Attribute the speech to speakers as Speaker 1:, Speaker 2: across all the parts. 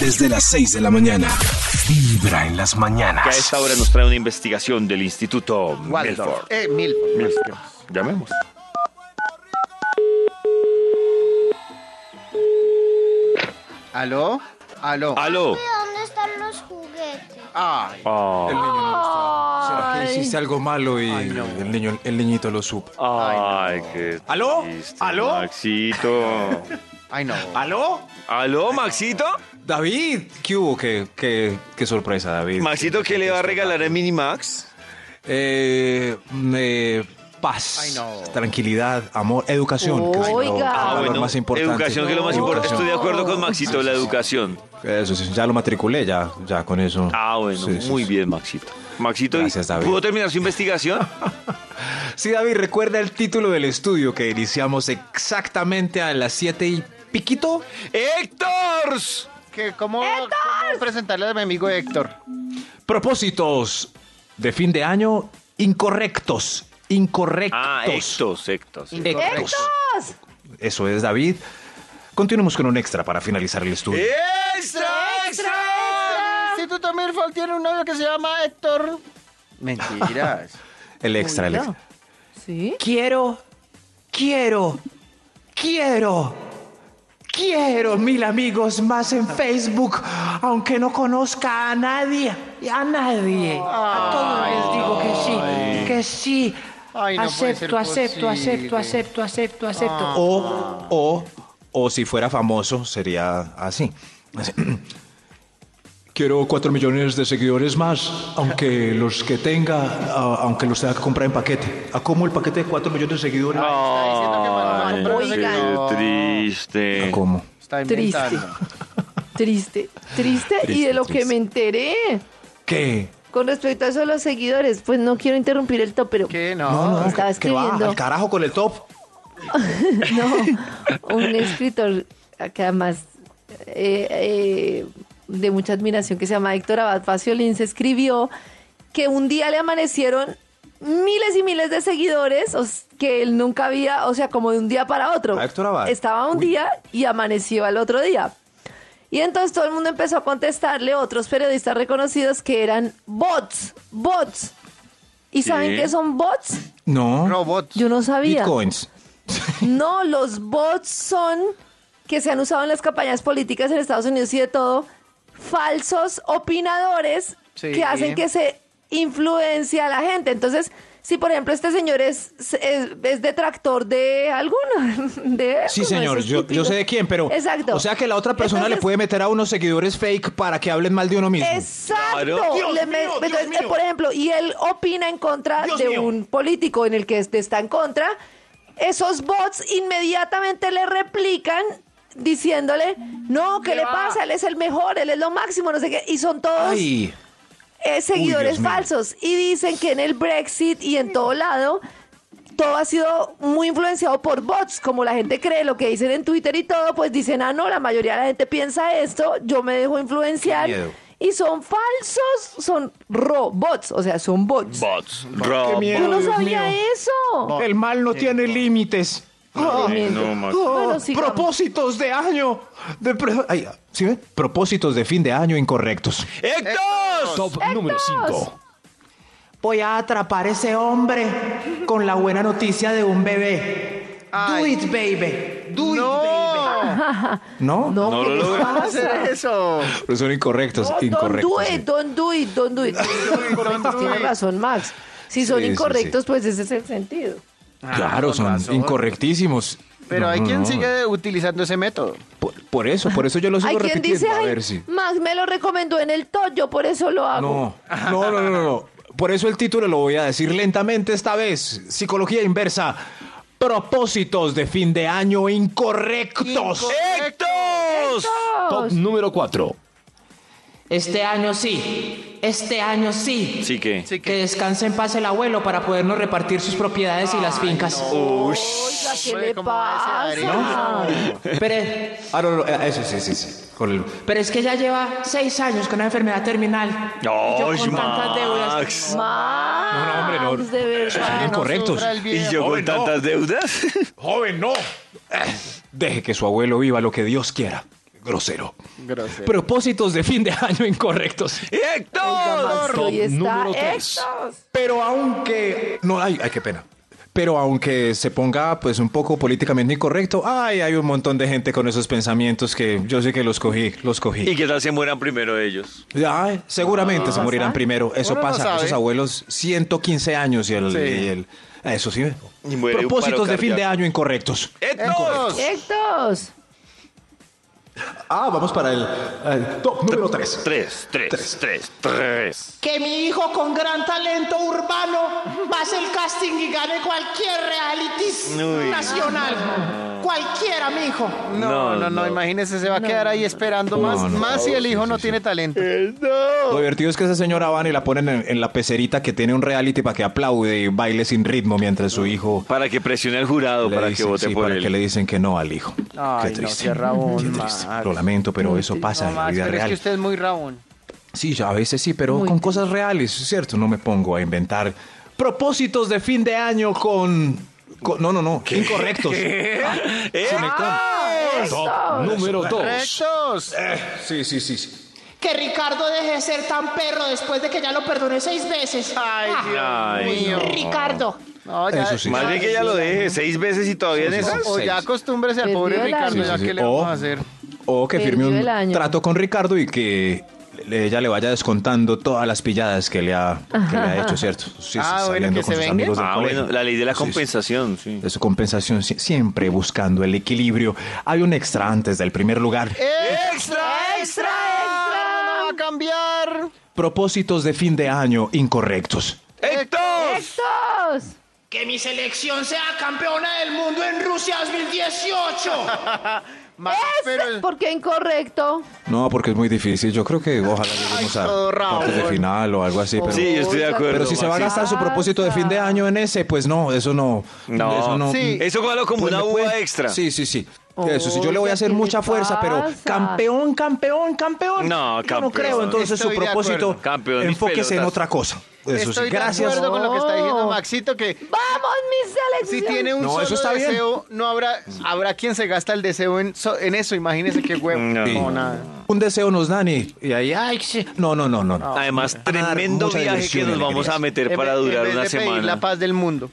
Speaker 1: desde las 6 de la mañana. Vibra en las
Speaker 2: Que a
Speaker 1: mañanas.
Speaker 2: esta hora nos trae una investigación del Instituto
Speaker 3: Waldorf.
Speaker 2: Milford.
Speaker 3: Eh, mil.
Speaker 2: Milford. Llamemos.
Speaker 3: ¿Aló? ¿Aló?
Speaker 2: Aló.
Speaker 4: ¿Dónde están los juguetes?
Speaker 3: Ay,
Speaker 2: Ah,
Speaker 5: El niño no está. ¿Será que hiciste algo malo y el, niño, el niñito lo supo?
Speaker 2: Ay, qué.
Speaker 5: ¿Aló?
Speaker 2: triste,
Speaker 5: ¿Aló?
Speaker 2: Maxito.
Speaker 3: ay no.
Speaker 2: Ah.
Speaker 5: ¿Aló?
Speaker 2: ¿Aló, Maxito?
Speaker 5: David, ¿qué hubo? ¿Qué, qué, qué sorpresa, David?
Speaker 2: Maxito, ¿qué le va a regalar a Minimax?
Speaker 5: Eh, eh, paz,
Speaker 3: Ay, no.
Speaker 5: tranquilidad, amor, educación. que es lo-
Speaker 6: Oiga.
Speaker 5: lo
Speaker 6: Ah,
Speaker 5: valor
Speaker 6: bueno,
Speaker 5: más importante.
Speaker 2: Educación, que es lo más
Speaker 6: No.
Speaker 2: importante. Estoy de acuerdo con
Speaker 5: Sí,
Speaker 2: Maxito,
Speaker 5: sí,
Speaker 2: la
Speaker 5: sí.
Speaker 2: educación.
Speaker 5: Eso sí, ya lo matriculé, ya, ya con eso.
Speaker 2: Ah, bueno,
Speaker 5: Sí, sí,
Speaker 2: muy
Speaker 5: sí.
Speaker 2: bien, Maxito. Maxito, ¿y
Speaker 5: Gracias, David.
Speaker 2: ¿pudo terminar su investigación?
Speaker 5: Sí, David, recuerda el título del estudio que iniciamos exactamente a las 7 y piquito.
Speaker 2: ¡Héctor!
Speaker 3: ¿Qué, cómo, ¿Cómo presentarle a mi amigo Héctor?
Speaker 5: Propósitos de fin de año incorrectos. Incorrectos.
Speaker 2: Ah, Héctor, Héctor. sí.
Speaker 3: Incorrecto.
Speaker 5: Eso es, David. Continuemos con un extra para finalizar el estudio.
Speaker 2: Eh. ¡Extra, extra!
Speaker 3: El Instituto Milford tiene un novio que se llama Héctor. Mentiras.
Speaker 5: El extra, el
Speaker 6: Oiga.
Speaker 5: extra.
Speaker 6: ¿Sí?
Speaker 5: Quiero, quiero, quiero, quiero mil amigos más en Facebook, aunque no conozca a nadie, a nadie. A todos les digo que sí, que sí.
Speaker 3: Ah. Ay, no puede ser
Speaker 6: acepto, acepto, acepto,
Speaker 3: posible. Ah.
Speaker 6: acepto, acepto, acepto.
Speaker 5: O, o, o si fuera famoso, sería así. Así. Quiero cuatro millones de seguidores más, aunque los que tenga, ah, aunque los tenga que comprar en paquete. ¿A cómo el paquete de cuatro millones de seguidores?
Speaker 3: Está diciendo que para
Speaker 2: Ay,
Speaker 3: comprar
Speaker 2: Eh, qué
Speaker 3: no sé
Speaker 2: triste.
Speaker 5: ¿A cómo?
Speaker 3: qué. Está
Speaker 6: Triste.
Speaker 3: inventando.
Speaker 6: Triste, triste, y
Speaker 5: Triste,
Speaker 6: de lo que
Speaker 5: triste.
Speaker 6: me enteré.
Speaker 5: ¿Qué?
Speaker 6: Con respecto a eso de los seguidores, pues no quiero interrumpir el top, pero
Speaker 3: ¿Qué? No.
Speaker 5: No, no,
Speaker 6: estaba
Speaker 5: que- que va
Speaker 6: escribiendo.
Speaker 5: al carajo con el top.
Speaker 6: no, un escritor que además eh, eh, de mucha admiración que se llama Héctor Abad Faciolín se escribió que un día le amanecieron miles y miles de seguidores os- que él nunca había, o sea, como de un día para otro.
Speaker 5: ¿A Héctor Abad?
Speaker 6: Estaba un
Speaker 5: Uy.
Speaker 6: día y amaneció al otro día. Y entonces todo el mundo empezó a contestarle otros periodistas reconocidos que eran bots, bots. ¿Y
Speaker 2: Sí.
Speaker 6: saben qué son bots?
Speaker 5: No.
Speaker 3: Robot.
Speaker 6: Yo no sabía.
Speaker 5: Bitcoins.
Speaker 6: No, los bots son que se han usado en las campañas políticas en Estados Unidos y de todo, falsos opinadores
Speaker 3: Sí.
Speaker 6: que hacen que se influencie a la gente. Entonces, si por ejemplo este señor es, es, es detractor de alguno, de
Speaker 5: Sí,
Speaker 6: alguno de
Speaker 5: señor,
Speaker 6: esos
Speaker 5: yo, yo
Speaker 6: típicos.
Speaker 5: sé de quién, pero.
Speaker 6: Exacto.
Speaker 5: O sea que la otra persona le
Speaker 6: Entonces,
Speaker 5: puede meter a unos seguidores fake para que hablen mal de uno mismo.
Speaker 6: Exacto.
Speaker 2: Claro. Dios
Speaker 6: Le me-
Speaker 2: mío, Dios
Speaker 6: entonces, eh,
Speaker 2: mío.
Speaker 6: por ejemplo, y él opina en contra
Speaker 2: Dios
Speaker 6: de
Speaker 2: mío.
Speaker 6: un político en el que este está en contra. Esos bots inmediatamente le replican diciéndole, no, ¿qué le pasa? Él es el mejor, él es lo máximo, no sé qué. Y son todos
Speaker 5: Ay.
Speaker 6: eh, seguidores
Speaker 5: Dios mío.
Speaker 6: falsos. Y dicen que en el Brexit y en todo lado, todo ha sido muy influenciado por bots. Como la gente cree lo que dicen en Twitter y todo, pues dicen, ah, no, la mayoría de la gente piensa esto, yo me dejo influenciar.
Speaker 5: Qué miedo.
Speaker 6: Y son falsos, son robots, o sea, son bots.
Speaker 2: Bots. Rob.
Speaker 6: Yo no sabía eso.
Speaker 5: El mal no tiene límites.
Speaker 6: Tremendo.
Speaker 2: no, Max.
Speaker 5: Oh,
Speaker 6: Bueno, sigamos.
Speaker 5: propósitos de año. De pre- Ay, ¿sí ven? Propósitos de fin de año incorrectos.
Speaker 2: ¡Héctor!
Speaker 7: Top número 5.
Speaker 5: Voy a atrapar ese hombre con la buena noticia de un bebé.
Speaker 3: Ay. Do
Speaker 5: it, baby. Do
Speaker 3: No.
Speaker 5: ¿No?
Speaker 2: No
Speaker 6: No, ¿qué
Speaker 2: lo
Speaker 6: les
Speaker 2: logré.
Speaker 3: ¿Cómo
Speaker 6: pasa?
Speaker 3: hacer eso?
Speaker 5: Pero son incorrectos.
Speaker 6: No, don't
Speaker 5: incorrectos.
Speaker 6: do
Speaker 5: sí.
Speaker 6: it, don't do it, don't do it. Tienes razón, Max. Si son
Speaker 5: Sí, sí,
Speaker 6: incorrectos, pues ese es el sentido.
Speaker 5: Claro, son incorrectísimos.
Speaker 3: Pero
Speaker 5: No,
Speaker 3: hay quien
Speaker 5: no.
Speaker 3: sigue utilizando ese método.
Speaker 5: Por, por eso, por eso yo lo
Speaker 6: Hay
Speaker 5: sigo
Speaker 6: quien
Speaker 5: repitiendo.
Speaker 6: dice,
Speaker 5: a
Speaker 6: "Ay,
Speaker 5: ver si.
Speaker 6: Max me lo recomendó en el top, yo por eso lo hago.
Speaker 5: No, no, no, no, no, no. Por eso el título lo voy a decir lentamente esta vez. Psicología inversa. Propósitos de fin de año incorrectos.
Speaker 2: ¡Héctor!
Speaker 7: Top número 4.
Speaker 8: Este año sí, este año sí.
Speaker 2: Sí que.
Speaker 3: Sí
Speaker 8: Que descanse en paz el abuelo para podernos repartir sus propiedades y las fincas.
Speaker 6: Oiga, ¿qué
Speaker 3: Hombre,
Speaker 6: le
Speaker 3: ¿cómo va a ser?
Speaker 6: pasa?
Speaker 8: Pero,
Speaker 5: Ah, no, no, no, eh, eso sí, sí, sí. Con el-
Speaker 8: pero es que ya lleva seis años con una enfermedad terminal. Y yo
Speaker 2: ¡Ay,
Speaker 8: con tantas deudas.
Speaker 2: Max!
Speaker 6: Max,
Speaker 5: No, no, hombre, no.
Speaker 6: de verdad.
Speaker 5: incorrectos.
Speaker 3: sufra el
Speaker 2: ¿Y yo
Speaker 3: viejo.
Speaker 5: Oh,
Speaker 2: con tantas deudas?
Speaker 5: Joven, no. Eh, Deje que su abuelo viva lo que Dios quiera. grosero.
Speaker 3: Grosero.
Speaker 9: Propósitos de fin de año incorrectos.
Speaker 2: ¡Héctor!
Speaker 6: Hoy está
Speaker 5: número tres.
Speaker 6: Héctor.
Speaker 5: Pero aunque... No, ay, ay, qué pena. Pero aunque se ponga pues un poco políticamente incorrecto, ay, hay un montón de gente con esos pensamientos que yo sé que los cogí, los cogí.
Speaker 2: ¿Y qué tal se mueran primero ellos?
Speaker 5: Ay, seguramente se
Speaker 6: pasa.
Speaker 5: morirán primero. Eso
Speaker 3: Uno no
Speaker 5: pasa.
Speaker 3: sabe.
Speaker 5: Esos abuelos, 115 años y el...
Speaker 3: Sí.
Speaker 5: y el- eso sí.
Speaker 2: Y muere un
Speaker 5: Propósitos
Speaker 2: paro
Speaker 5: de fin de
Speaker 2: cardíaco.
Speaker 5: año incorrectos.
Speaker 2: ¡Héctor!
Speaker 6: Héctor.
Speaker 5: Ah, vamos para el, el top número 3.
Speaker 2: Tres, tres, tres, tres.
Speaker 8: Que mi hijo con gran talento urbano pase el casting y gane cualquier reality
Speaker 2: Uy.
Speaker 8: nacional. Cualquiera, mi hijo.
Speaker 3: No, no, no, imagínese, se va a quedar ahí esperando más,
Speaker 5: no,
Speaker 3: más si el hijo no tiene talento.
Speaker 5: Lo divertido es que esa señora van y la ponen en, en la pecerita que tiene un reality para que aplaude y baile sin ritmo mientras su hijo
Speaker 2: Para que presione al jurado,
Speaker 5: le
Speaker 2: para
Speaker 5: dice-
Speaker 2: que vote
Speaker 5: sí,
Speaker 2: por
Speaker 5: para
Speaker 2: él.
Speaker 5: que le dicen que no al hijo. qué
Speaker 3: Ay, no,
Speaker 5: triste.
Speaker 3: qué rabón,
Speaker 5: Qué triste.
Speaker 3: Max.
Speaker 5: Lo lamento, pero eso pasa
Speaker 3: No,
Speaker 5: en la
Speaker 3: Max,
Speaker 5: vida
Speaker 3: pero es
Speaker 5: real.
Speaker 3: que usted es muy rabón.
Speaker 5: Sí, ya a veces sí, pero
Speaker 6: Muy
Speaker 5: con cosas reales, ¿cierto? No me pongo a inventar propósitos de fin de año con... con- no, no, no, incorrectos. Ah,
Speaker 3: Ah,
Speaker 5: Top número 2.
Speaker 3: ¡Rectos!
Speaker 5: Sí, sí, sí, sí.
Speaker 8: Que Ricardo deje de ser tan perro después de que ya lo perdoné seis veces.
Speaker 3: Ay, Dios mío.
Speaker 8: Ricardo.
Speaker 3: No, ya-
Speaker 5: Eso sí.
Speaker 2: Más bien que ella lo deje seis veces y todavía en esas.
Speaker 3: O ya acostúmbrese al
Speaker 6: Perdió
Speaker 3: pobre
Speaker 6: el
Speaker 3: Ricardo,
Speaker 6: año.
Speaker 3: ya
Speaker 5: Sí, sí, sí.
Speaker 3: que
Speaker 5: Oh.
Speaker 3: le
Speaker 5: O-
Speaker 3: vamos a hacer.
Speaker 5: O que firme
Speaker 6: Perdió
Speaker 5: un
Speaker 6: el año.
Speaker 5: trato con Ricardo y que le- ella le vaya descontando todas las pilladas que le ha, que le ha hecho, ¿cierto? Sí, sí,
Speaker 3: Ah, bueno,
Speaker 5: saliendo
Speaker 3: que
Speaker 5: con
Speaker 3: se
Speaker 5: sus
Speaker 3: vengue.
Speaker 5: amigos del
Speaker 2: Ah,
Speaker 5: Pues, colegio.
Speaker 2: bueno, la ley de la
Speaker 5: Sí, sí.
Speaker 2: compensación, sí.
Speaker 5: De su compensación, sí, siempre buscando el equilibrio. Hay un extra antes del primer lugar.
Speaker 3: Eh. ¡Extra, extra, extra! ¡No va a cambiar!
Speaker 5: Propósitos de fin de año incorrectos.
Speaker 2: ¡Héctor!
Speaker 6: Héctor.
Speaker 8: Que mi selección sea campeona del mundo en Rusia 2018.
Speaker 3: Max,
Speaker 6: Ese,
Speaker 3: pero...
Speaker 6: ¿Por qué incorrecto?
Speaker 5: No, porque es muy difícil. Yo creo que ojalá lleguemos a
Speaker 3: todo raro,
Speaker 5: cuartos de
Speaker 3: bueno.
Speaker 5: final o algo así. Pero,
Speaker 2: Sí, yo estoy de acuerdo.
Speaker 5: pero si se va a
Speaker 2: Maxi.
Speaker 5: gastar su propósito de fin de año en ese, pues no, eso no.
Speaker 2: No,
Speaker 5: eso
Speaker 3: sí.
Speaker 2: Eso cógalo como
Speaker 5: Pues
Speaker 2: una
Speaker 5: me
Speaker 2: uva
Speaker 5: puede-
Speaker 2: extra.
Speaker 5: Sí, sí, sí. Eso sí, yo
Speaker 6: Oiga,
Speaker 5: le voy a hacer
Speaker 6: ¿qué le
Speaker 5: mucha fuerza, pero
Speaker 6: pasa?
Speaker 5: campeón, campeón, campeón. Yo
Speaker 2: No,
Speaker 5: no
Speaker 2: campeón.
Speaker 5: creo, entonces
Speaker 3: Estoy
Speaker 5: su
Speaker 3: de
Speaker 5: propósito,
Speaker 3: acuerdo.
Speaker 2: Campeón, mis
Speaker 5: enfóquese en
Speaker 2: pelotas.
Speaker 5: otra cosa. Eso
Speaker 3: Estoy
Speaker 5: sí, gracias.
Speaker 3: de acuerdo con lo que está diciendo
Speaker 6: No.
Speaker 3: Maxito, que
Speaker 6: ¡Vamos, mi
Speaker 3: si
Speaker 6: selección!
Speaker 3: tiene un
Speaker 5: No,
Speaker 3: solo
Speaker 5: eso está bien.
Speaker 3: deseo, no habrá... Habrá quien se gasta el deseo en, so- en eso, imagínese qué huevo.
Speaker 2: No.
Speaker 3: No, nada.
Speaker 5: Un deseo nos dan y, y ahí, ay, sí. no, no, no, no. no.
Speaker 2: Además,
Speaker 5: Van a dar
Speaker 2: tremendo
Speaker 5: mucha
Speaker 2: viaje
Speaker 5: diversión
Speaker 2: que
Speaker 5: y
Speaker 2: nos vamos a
Speaker 5: alegrías.
Speaker 2: meter
Speaker 3: En
Speaker 2: para
Speaker 3: vez- Eh, en
Speaker 2: durar
Speaker 3: vez
Speaker 2: una
Speaker 3: de pedir la
Speaker 2: semana.
Speaker 3: paz del mundo.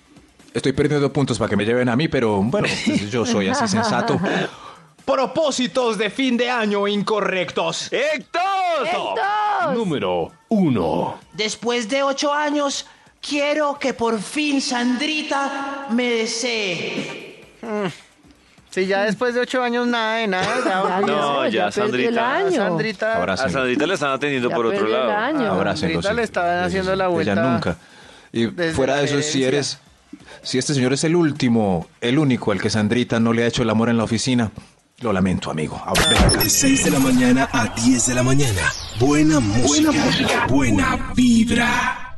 Speaker 5: Estoy perdiendo puntos para que me lleven a mí, pero bueno, pues, yo soy así sensato. Propósitos de fin de año incorrectos.
Speaker 2: ¡Héctor!
Speaker 6: ¡Héctor!
Speaker 5: Número uno.
Speaker 8: Después de ocho años, quiero que por fin Sandrita me desee.
Speaker 3: Si ya después de ocho años nada de nada,
Speaker 6: Ya,
Speaker 3: ya,
Speaker 2: No,
Speaker 6: ya,
Speaker 2: ya,
Speaker 6: ya perdió el
Speaker 2: Sandrita.
Speaker 6: año.
Speaker 3: Sandrita,
Speaker 5: Ahora
Speaker 2: A Sandrita la están atendiendo
Speaker 6: Ya
Speaker 2: por otro
Speaker 6: perdió el
Speaker 2: lado.
Speaker 6: año.
Speaker 5: Abrácenlo,
Speaker 3: Ahorita
Speaker 5: sí.
Speaker 3: le estaban
Speaker 5: Sí, sí,
Speaker 3: haciendo
Speaker 5: sí.
Speaker 3: la vuelta
Speaker 5: Ella nunca. Y
Speaker 3: desde
Speaker 5: fuera
Speaker 3: la
Speaker 5: de eso, si
Speaker 3: herencia.
Speaker 5: eres. Si este señor es el último, el único al que Sandrita no le ha hecho el amor en la oficina, lo lamento, amigo. Ahora ven acá.
Speaker 10: De 6 de la mañana a 10 de la mañana. Buena música. Buena vibra.